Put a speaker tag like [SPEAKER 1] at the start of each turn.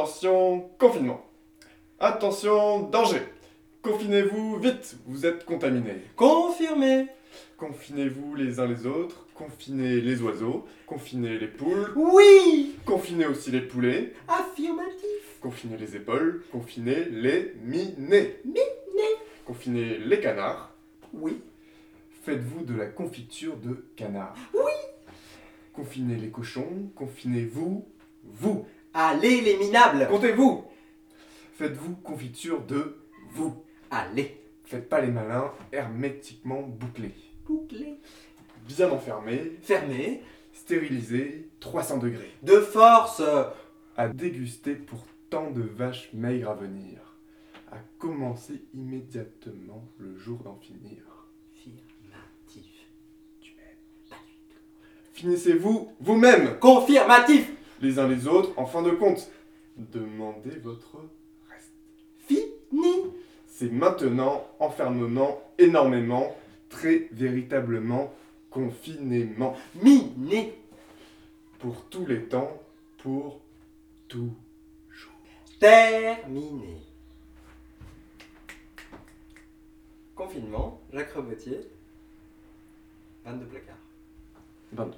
[SPEAKER 1] Attention, confinement. Attention, danger. Confinez-vous vite, vous êtes contaminés.
[SPEAKER 2] Confirmé
[SPEAKER 1] Confinez-vous les uns les autres, confinez les oiseaux, confinez les poules,
[SPEAKER 2] Oui
[SPEAKER 1] confinez aussi les poulets,
[SPEAKER 2] Affirmatif
[SPEAKER 1] confinez les épaules, confinez les minets. Minets Confinez les canards,
[SPEAKER 2] Oui
[SPEAKER 1] Faites-vous de la confiture de canard. Oui Confinez les cochons, confinez-vous, vous.
[SPEAKER 2] Allez les minables
[SPEAKER 1] Comptez-vous Faites-vous confiture de vous.
[SPEAKER 2] Allez
[SPEAKER 1] Faites pas les malins, hermétiquement bouclés.
[SPEAKER 2] Bouclé
[SPEAKER 1] Bien enfermés,
[SPEAKER 2] Fermé
[SPEAKER 1] stérilisés, 300 degrés.
[SPEAKER 2] De force
[SPEAKER 1] À déguster pour tant de vaches maigres à venir. À commencer immédiatement le jour d'en finir.
[SPEAKER 2] Affirmatif Tu m'aimes Pas du tout
[SPEAKER 1] Finissez-vous vous-même,
[SPEAKER 2] Confirmatif
[SPEAKER 1] les uns les autres, en fin de compte. Demandez votre reste.
[SPEAKER 2] Fini
[SPEAKER 1] C'est maintenant, enfermement, énormément, très véritablement, confinément.
[SPEAKER 2] Miné
[SPEAKER 1] Pour tous les temps, pour tout.
[SPEAKER 2] Terminé Confinement, Jacques Rebautier, 22 placards.